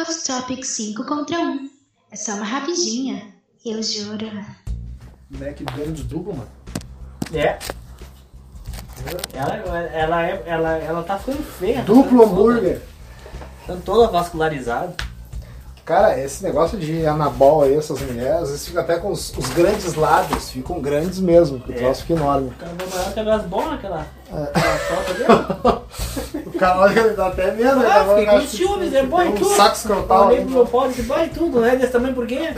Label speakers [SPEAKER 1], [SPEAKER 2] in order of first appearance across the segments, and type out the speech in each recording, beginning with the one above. [SPEAKER 1] Off Topic 5 contra 1. É só uma rapidinha. Eu juro.
[SPEAKER 2] Moleque dono de duplo, mano.
[SPEAKER 3] É. Ela, ela, é- ela, ela tá ficando feia. tá ficando
[SPEAKER 2] Duplo
[SPEAKER 3] toda-
[SPEAKER 2] hambúrguer.
[SPEAKER 3] Ficando toda vascularizada.
[SPEAKER 2] Cara, esse negócio de anabol aí, essas mulheres, às vezes fica até com os, os grandes lábios, ficam grandes mesmo, que o
[SPEAKER 3] É.
[SPEAKER 2] troço fica enorme.
[SPEAKER 3] O cara vai maior que as bolas, aquela.
[SPEAKER 2] É.
[SPEAKER 3] aquela foto dela.
[SPEAKER 2] O cara olha ele dá até medo, né?
[SPEAKER 3] Ah,
[SPEAKER 2] Agora
[SPEAKER 3] fiquei
[SPEAKER 2] o cara
[SPEAKER 3] com
[SPEAKER 2] fica-
[SPEAKER 3] ciúmes, é bom e
[SPEAKER 2] tem um
[SPEAKER 3] tudo.
[SPEAKER 2] saco escrotal
[SPEAKER 3] Olhei Tá pro
[SPEAKER 2] ainda.
[SPEAKER 3] meu pau e disse, vai tudo, né? Desse tamanho por quê?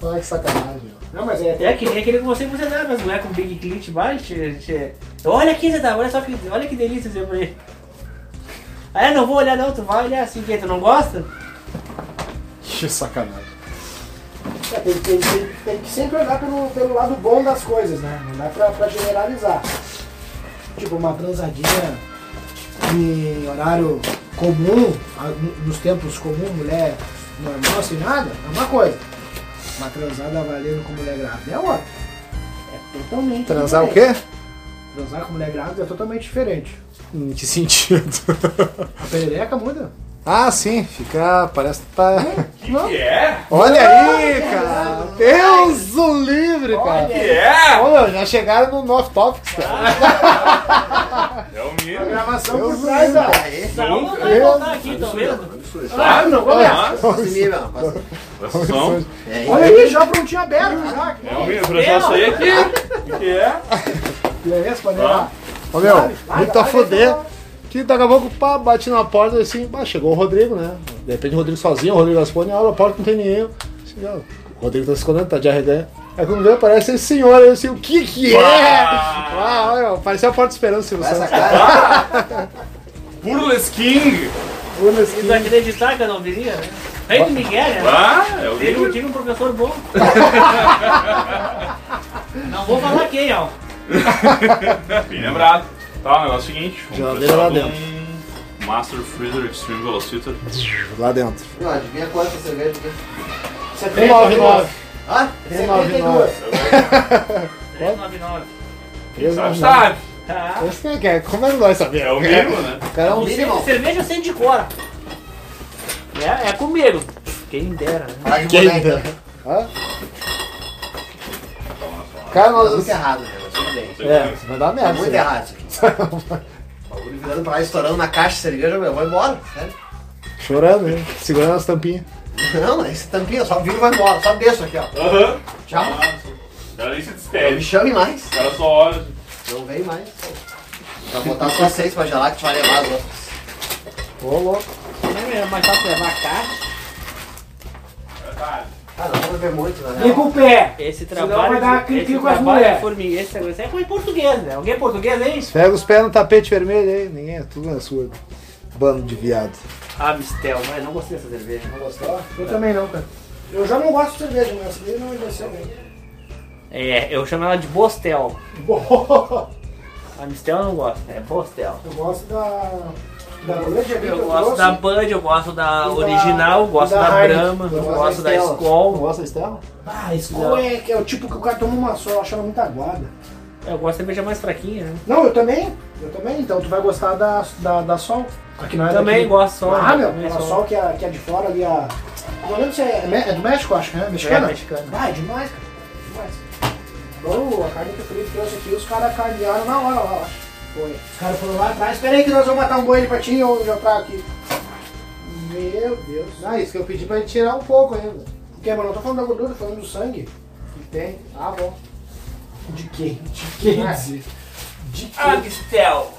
[SPEAKER 2] Olha que sacanagem. ó. Não, mas é
[SPEAKER 3] É que nem aquele que você você dá, mas não é com Big Clit baixo. é. Olha aqui, você tá, olha só que. Olha que delícia você aí. Ah, é, não vou olhar não, tu vai olhar assim, que tu não gosta?
[SPEAKER 2] Que sacanagem. É, tem, tem- tem- tem que sempre olhar pelo, pelo lado bom das coisas, né? Não dá pra, pra generalizar. Tipo, uma transadinha em horário comum, a- nos tempos comuns, mulher normal, sem nada, é uma coisa. Uma transada valendo com mulher grávida é outra. É totalmente
[SPEAKER 4] Transar o
[SPEAKER 2] diferente.
[SPEAKER 4] quê?
[SPEAKER 2] Transar com mulher grávida é totalmente diferente.
[SPEAKER 4] Em que sentido?
[SPEAKER 2] A perereca muda.
[SPEAKER 4] ah, sim, fica. Parece que é? tá.
[SPEAKER 2] Não.
[SPEAKER 4] Olha aí, cara! Deus o livre, cara!
[SPEAKER 5] É!
[SPEAKER 4] Olha, já chegaram no North Topics, cara.
[SPEAKER 5] É o
[SPEAKER 2] A
[SPEAKER 5] mesmo.
[SPEAKER 2] gravação
[SPEAKER 4] Deus
[SPEAKER 2] por trás,
[SPEAKER 4] livre.
[SPEAKER 2] ó.
[SPEAKER 3] Não, não vai voltar aqui, então, tô vendo.
[SPEAKER 2] Ah, não, vou olhar.
[SPEAKER 5] Mas, essa são-
[SPEAKER 6] É.
[SPEAKER 2] Olha aí, já prontinho aberto, já.
[SPEAKER 5] É o mesmo. Pra já sair aqui. O que é?
[SPEAKER 2] Beleza, panela?
[SPEAKER 4] Ô meu, muito a foder. Que daqui a pouco pá, bate na porta assim, bah, chegou o Rodrigo, né? De repente o Rodrigo sozinho, o Rodrigo Gaspone, abre a porta, não tem ninguém. Assim, ó, o Rodrigo tá se escondendo, tá de arreganha. Aí quando vê, aparece esse senhor aí, assim, o que que é?
[SPEAKER 5] Bah!
[SPEAKER 4] Ah, olha, parecia a porta esperando se você.
[SPEAKER 5] é Burles King.
[SPEAKER 3] Se tu acreditar que eu não viria, né? Rei de Miguel, né?
[SPEAKER 5] Ah, é o
[SPEAKER 3] Teve um
[SPEAKER 5] livro.
[SPEAKER 3] time um professor bom. Não vou falar quem, ó.
[SPEAKER 5] Bem lembrado. Tá, o negócio é o seguinte. vamos
[SPEAKER 4] Geladeira lá
[SPEAKER 5] começar com Master Freezer Extreme Velociter.
[SPEAKER 4] Lá dentro.
[SPEAKER 6] Não, adivinha quanto essa cerveja aqui?
[SPEAKER 4] 199.
[SPEAKER 6] Ah,
[SPEAKER 4] 192.
[SPEAKER 6] 72.
[SPEAKER 3] 399.
[SPEAKER 5] Sabe,
[SPEAKER 4] 399.
[SPEAKER 5] sabe.
[SPEAKER 3] Tá.
[SPEAKER 4] Esse que é, que é, como é que nós
[SPEAKER 5] É o
[SPEAKER 4] sabemos?
[SPEAKER 5] mesmo, né?
[SPEAKER 4] O cara é um
[SPEAKER 6] Mínimo.
[SPEAKER 3] Cerveja sem de cora. É, é comigo. Quem dera, né?
[SPEAKER 6] Parar de mudar,
[SPEAKER 4] queita.
[SPEAKER 6] então.
[SPEAKER 4] é um Cara,
[SPEAKER 6] Tá
[SPEAKER 4] nós.
[SPEAKER 6] muito errado, né? Mas tudo bem.
[SPEAKER 4] É, vai dar
[SPEAKER 2] um
[SPEAKER 4] merda.
[SPEAKER 6] Tá muito
[SPEAKER 4] isso aí.
[SPEAKER 6] errado isso aqui. O bagulho virando pra lá, estourando na caixa de cerveja, meu. Vai embora, sério.
[SPEAKER 4] Chorando, hein? Segurando as tampinhas.
[SPEAKER 6] Não, esse tampinha, só vira e vai embora. Só deixa aqui, ó.
[SPEAKER 5] Aham.
[SPEAKER 6] Tchau.
[SPEAKER 5] Ah. Ela nem se
[SPEAKER 6] Não me
[SPEAKER 5] despede.
[SPEAKER 6] chame mais.
[SPEAKER 5] O cara só olha.
[SPEAKER 6] Não vem mais. Vai botar só seis pra gelar que tu vai levar as outras.
[SPEAKER 4] Ô, louco.
[SPEAKER 3] É mais fácil levar caixa.
[SPEAKER 6] Ah, não vou beber muito, né?
[SPEAKER 2] E com o pé.
[SPEAKER 3] Esse
[SPEAKER 2] Senão
[SPEAKER 3] trabalho.
[SPEAKER 2] vai dar clique
[SPEAKER 3] esse
[SPEAKER 2] com as
[SPEAKER 3] trabalho
[SPEAKER 2] mulheres.
[SPEAKER 3] é formiga. Esse negócio é coisa em português, né? Alguém é português, é isso?
[SPEAKER 4] Pega os pés no tapete vermelho aí, ninguém é tudo na sua. Bando de viado.
[SPEAKER 3] Amistel, mas não gostei dessa cerveja.
[SPEAKER 2] Não gostou? Eu também não, cara. Eu já não gosto de cerveja, mas essa daí não envelheceu bem.
[SPEAKER 3] É, eu chamo ela de Bostel.
[SPEAKER 2] Boa.
[SPEAKER 3] Amistel eu não gosto, é Bostel.
[SPEAKER 2] Eu gosto da. Da grande ali que
[SPEAKER 3] Eu
[SPEAKER 2] trouxe.
[SPEAKER 3] gosto da Bud, eu gosto da
[SPEAKER 2] E da-
[SPEAKER 3] original, eu gosto
[SPEAKER 2] e da
[SPEAKER 3] da,
[SPEAKER 2] Heineken.
[SPEAKER 3] Brahma,
[SPEAKER 2] Eu
[SPEAKER 3] eu
[SPEAKER 2] gosto
[SPEAKER 3] gosto
[SPEAKER 2] da Stella.
[SPEAKER 3] da
[SPEAKER 4] Não
[SPEAKER 3] Skol,
[SPEAKER 4] gosta de Estela?
[SPEAKER 2] Ah, escola é, que é o tipo que o cara toma uma só, eu achava muito aguada.
[SPEAKER 3] eu gosto da cerveja mais fraquinha, né?
[SPEAKER 2] Não, eu também. Eu também, então tu vai gostar da, da, da Sol. Aqui não é
[SPEAKER 3] Também
[SPEAKER 2] daqui.
[SPEAKER 3] gosto só.
[SPEAKER 2] Ah, meu,
[SPEAKER 3] também
[SPEAKER 2] aquela
[SPEAKER 3] só.
[SPEAKER 2] Sol que é, que é de fora ali, a. Não lembro se é, é me- é do México, acho, né? Mexicana?
[SPEAKER 3] É, mexicana.
[SPEAKER 2] Ah, é demais, cara. Demais. Bom, a carne que o Felipe trouxe aqui, os caras carnearam na hora lá, eu acho. Foi. Os caras foram lá atrás, espera aí que nós vamos matar um boi ali pra ti, eu já trago aqui. Meu Deus.
[SPEAKER 4] Ah, isso que eu pedi pra ele tirar um pouco ainda.
[SPEAKER 2] O que, mano? Não tô falando da gordura, tô falando do sangue. Que tem. Ah, bom. De quem? De quem?
[SPEAKER 4] Ah.
[SPEAKER 2] dizer? De quem?
[SPEAKER 5] Ah,
[SPEAKER 3] Amistel.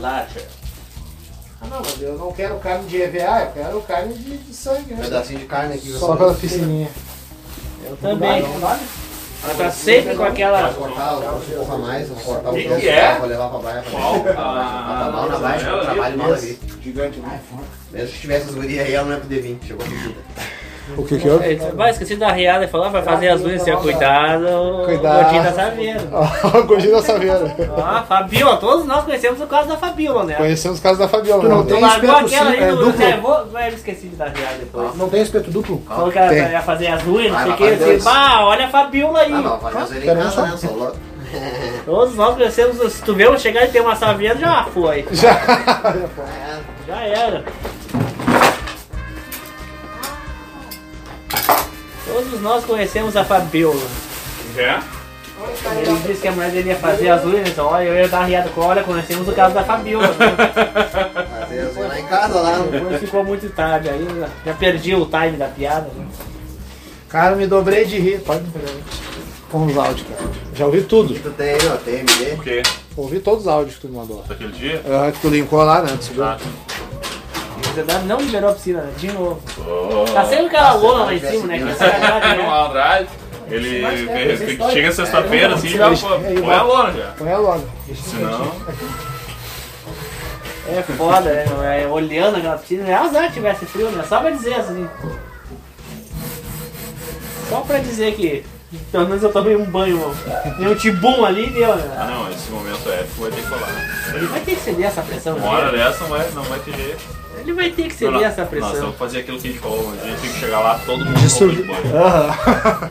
[SPEAKER 3] Lager.
[SPEAKER 4] Ah, não, mas eu não quero carne de EVA, eu quero carne de, de sangue,
[SPEAKER 6] Um
[SPEAKER 4] né?
[SPEAKER 6] pedacinho de carne aqui.
[SPEAKER 4] Só pela piscininha.
[SPEAKER 3] Eu também.
[SPEAKER 2] Não vale?
[SPEAKER 3] Ela tá sempre com aquela.
[SPEAKER 6] Vou cortar, vou cortar um pouco a mais, vou cortar o
[SPEAKER 5] Que
[SPEAKER 6] tanto
[SPEAKER 5] que é?
[SPEAKER 6] vou levar pra baia. pra
[SPEAKER 5] Qual?
[SPEAKER 6] baixo.
[SPEAKER 5] Ah,
[SPEAKER 6] Tá mal na baixa,
[SPEAKER 5] ela
[SPEAKER 6] eu trabalho mal ali.
[SPEAKER 4] Gigante, né?
[SPEAKER 6] Mesmo se tivesse os guri aí, ela não ia poder vir. Chegou fugida.
[SPEAKER 4] O que que houve?
[SPEAKER 3] Vai, esqueci da reada e falar, vai fazer as unhas assim, ó, cuidado. o
[SPEAKER 4] Cuidado.
[SPEAKER 3] Gordinho tá sabendo.
[SPEAKER 4] Ah, o gordinho da Saveira.
[SPEAKER 3] Ah, Fabiola, todos nós conhecemos o caso da Fabiola, né?
[SPEAKER 4] Conhecemos os casos da Fabiola.
[SPEAKER 2] Tu não
[SPEAKER 4] né?
[SPEAKER 2] tem?
[SPEAKER 3] Largou
[SPEAKER 2] espeto
[SPEAKER 3] aquela
[SPEAKER 2] sim,
[SPEAKER 3] ali
[SPEAKER 2] é,
[SPEAKER 3] no.
[SPEAKER 2] duplo.
[SPEAKER 3] É, vou, vai, eu esqueci de dar reada depois.
[SPEAKER 2] Não tem espeto duplo?
[SPEAKER 3] Falou que ela
[SPEAKER 4] Tem.
[SPEAKER 3] ia fazer as unhas, não sei
[SPEAKER 6] Vai,
[SPEAKER 3] o
[SPEAKER 6] vai
[SPEAKER 3] que. Eu
[SPEAKER 6] fazer
[SPEAKER 3] disse,
[SPEAKER 6] dois.
[SPEAKER 2] Tá
[SPEAKER 3] pá, olha a Fabiola aí.
[SPEAKER 6] Ah, não, vai fazer ele em
[SPEAKER 4] pera,
[SPEAKER 6] casa,
[SPEAKER 4] só-
[SPEAKER 6] né? Só louco.
[SPEAKER 3] Todos nós crescemos. Se tu vê eu chegar e ter uma saveira, já foi.
[SPEAKER 4] Já, já foi.
[SPEAKER 3] Já era. Todos nós conhecemos a Fabiola.
[SPEAKER 5] É?
[SPEAKER 3] Ele disse que a mulher dele ia fazer as unhas, então, olha, eu ia dar riada com olha, conhecemos o caso da Fabiola. né?
[SPEAKER 6] Fazer as lá em casa, lá.
[SPEAKER 3] Depois ficou muito tarde aí, já perdi o time da piada. né?
[SPEAKER 4] Cara, me dobrei de rir. Pode me pegar. aí. Com os áudios, cara. Já ouvi tudo.
[SPEAKER 6] Tu tem, ó, tem MD.
[SPEAKER 5] O quê?
[SPEAKER 4] Ouvi todos os áudios que tu me mandou.
[SPEAKER 5] Daquele dia?
[SPEAKER 4] Ah, que tu linkou lá, né? Tu subiu.
[SPEAKER 5] Ah.
[SPEAKER 3] Na verdade, não liberou a piscina, né? De novo. Tá sempre aquela lona lá em cima, né? Que é sacanagem,
[SPEAKER 5] No
[SPEAKER 3] né?
[SPEAKER 5] Wild Drive. Ele ele- ele chega sexta-feira assim já
[SPEAKER 4] Ele-
[SPEAKER 5] pô,
[SPEAKER 4] ele-
[SPEAKER 5] põe a lona já.
[SPEAKER 4] Põe ela logo.
[SPEAKER 5] Senão.
[SPEAKER 3] É foda, né? meu? É, olhando aquela piscina, é azar que tivesse frio, né? Só pra dizer assim. Só pra dizer que pelo menos eu tomei um banho, mano. Dei um tibum ali e deu, né?
[SPEAKER 5] Ah não, esse momento épico vai ter que falar.
[SPEAKER 3] Ele vai ter que ceder essa pressão.
[SPEAKER 5] Uma hora
[SPEAKER 3] Né?
[SPEAKER 5] dessa não vai, não vai ter jeito.
[SPEAKER 3] Ele vai ter que
[SPEAKER 5] Não,
[SPEAKER 3] ceder
[SPEAKER 5] não.
[SPEAKER 3] essa
[SPEAKER 5] Nós
[SPEAKER 3] pressão.
[SPEAKER 5] vamos fazer aquilo que a gente falou, a gente tem que chegar lá, todo mundo
[SPEAKER 4] Distúrbio.
[SPEAKER 5] tomando banho.
[SPEAKER 4] Aham.
[SPEAKER 5] Claro,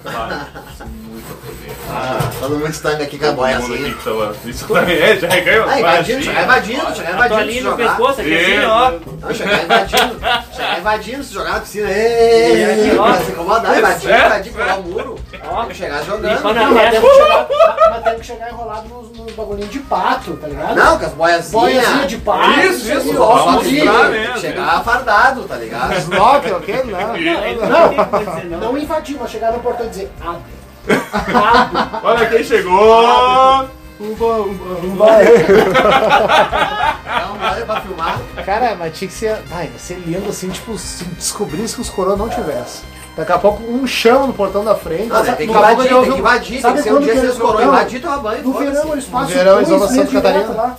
[SPEAKER 5] isso é muito a poder.
[SPEAKER 6] Todo mundo estanga aqui com a boia
[SPEAKER 5] Todo mundo
[SPEAKER 6] assim.
[SPEAKER 5] aqui que tava. Isso também é, já ganhou.
[SPEAKER 6] Ah, invadindo, chegar
[SPEAKER 5] Vai,
[SPEAKER 6] invadindo, chegar
[SPEAKER 3] A
[SPEAKER 6] invadindo, se
[SPEAKER 3] toalhinha no
[SPEAKER 6] jogar.
[SPEAKER 3] pescoço aqui assim, ó.
[SPEAKER 6] Não, chegar invadindo, chegar invadindo, se jogar na piscina. Ei,
[SPEAKER 3] E aqui, ó.
[SPEAKER 6] pra se incomodar, invadindo,
[SPEAKER 5] É.
[SPEAKER 6] invadindo, pegar o muro.
[SPEAKER 3] Ó,
[SPEAKER 6] Chegar
[SPEAKER 3] limpando
[SPEAKER 6] jogando.
[SPEAKER 3] a
[SPEAKER 2] Não, mas
[SPEAKER 3] testa.
[SPEAKER 2] temos que chegar- mas- mas temos que chegar enrolado nos, nos bagulhinhos de pato, tá ligado?
[SPEAKER 6] Não, com as boiazinhas.
[SPEAKER 2] Boiazinha de pato.
[SPEAKER 5] Isso, isso,
[SPEAKER 2] e
[SPEAKER 5] vamos
[SPEAKER 2] ó,
[SPEAKER 5] mostrar
[SPEAKER 2] inclusive,
[SPEAKER 5] mesmo.
[SPEAKER 6] Chegar fardado, tá ligado?
[SPEAKER 4] Snorkel, aquele, né?
[SPEAKER 3] Não, ele não tem como dizer
[SPEAKER 2] Não
[SPEAKER 3] não.
[SPEAKER 2] invadir, mas chegar no portão e dizer, ah,
[SPEAKER 5] Olha quem chegou!
[SPEAKER 6] Não, não é pra filmar.
[SPEAKER 4] Cara, mas tinha que ser. Ai, vai ser lindo assim, tipo, se descobrisse que os coroas não tivessem. Daqui a pouco um chama no portão da frente.
[SPEAKER 6] Não, tem
[SPEAKER 4] daqui
[SPEAKER 6] que
[SPEAKER 4] a pouco ele
[SPEAKER 6] invadir, tem
[SPEAKER 4] ouve
[SPEAKER 6] que
[SPEAKER 4] um-
[SPEAKER 6] invadir, tem
[SPEAKER 2] Sabe
[SPEAKER 6] que ser um
[SPEAKER 2] quando
[SPEAKER 6] dia
[SPEAKER 2] que
[SPEAKER 6] sem
[SPEAKER 2] eles
[SPEAKER 6] coroa.
[SPEAKER 2] voltaram?
[SPEAKER 6] Invadir, toma banho,
[SPEAKER 2] no
[SPEAKER 6] foda-se.
[SPEAKER 2] verão eles passam
[SPEAKER 4] verão,
[SPEAKER 2] por
[SPEAKER 4] eles vão pra
[SPEAKER 2] Santa
[SPEAKER 4] Santa
[SPEAKER 2] Catarina.
[SPEAKER 4] Catarina.
[SPEAKER 2] Lá.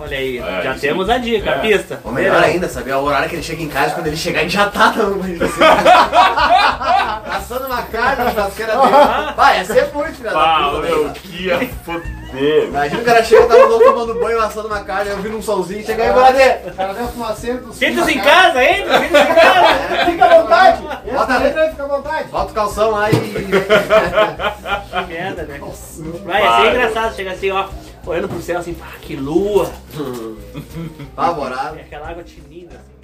[SPEAKER 3] Olha aí,
[SPEAKER 5] É,
[SPEAKER 3] já
[SPEAKER 5] isso
[SPEAKER 3] temos a dica, a
[SPEAKER 5] É.
[SPEAKER 3] pista.
[SPEAKER 6] Ou melhor ainda, saber o horário que ele chega em casa, quando ele chegar ele já tá dando banho. assim. Assando uma carne na churrasqueira dele. Vai, ia ser muito, filha da
[SPEAKER 5] Fala,
[SPEAKER 6] puta.
[SPEAKER 5] meu,
[SPEAKER 6] velho.
[SPEAKER 5] que a foder.
[SPEAKER 6] Imagina o cara chega, tava louco tomando banho, assando uma carne, eu vi um solzinho, chega aí, brother.
[SPEAKER 2] O cara deve fumar cedo.
[SPEAKER 3] Sintos em casa, hein? Sintos em casa.
[SPEAKER 2] Fica à vontade.
[SPEAKER 6] Bota-
[SPEAKER 2] Entra, entra, fica à vontade.
[SPEAKER 6] Bota o calção lá e...
[SPEAKER 3] Que merda, né? Vai, ia ser
[SPEAKER 5] Vai.
[SPEAKER 3] engraçado chegar assim, ó, olhando pro céu assim, pá, que lua.
[SPEAKER 6] Apavorado.
[SPEAKER 3] É aquela água tinina, assim.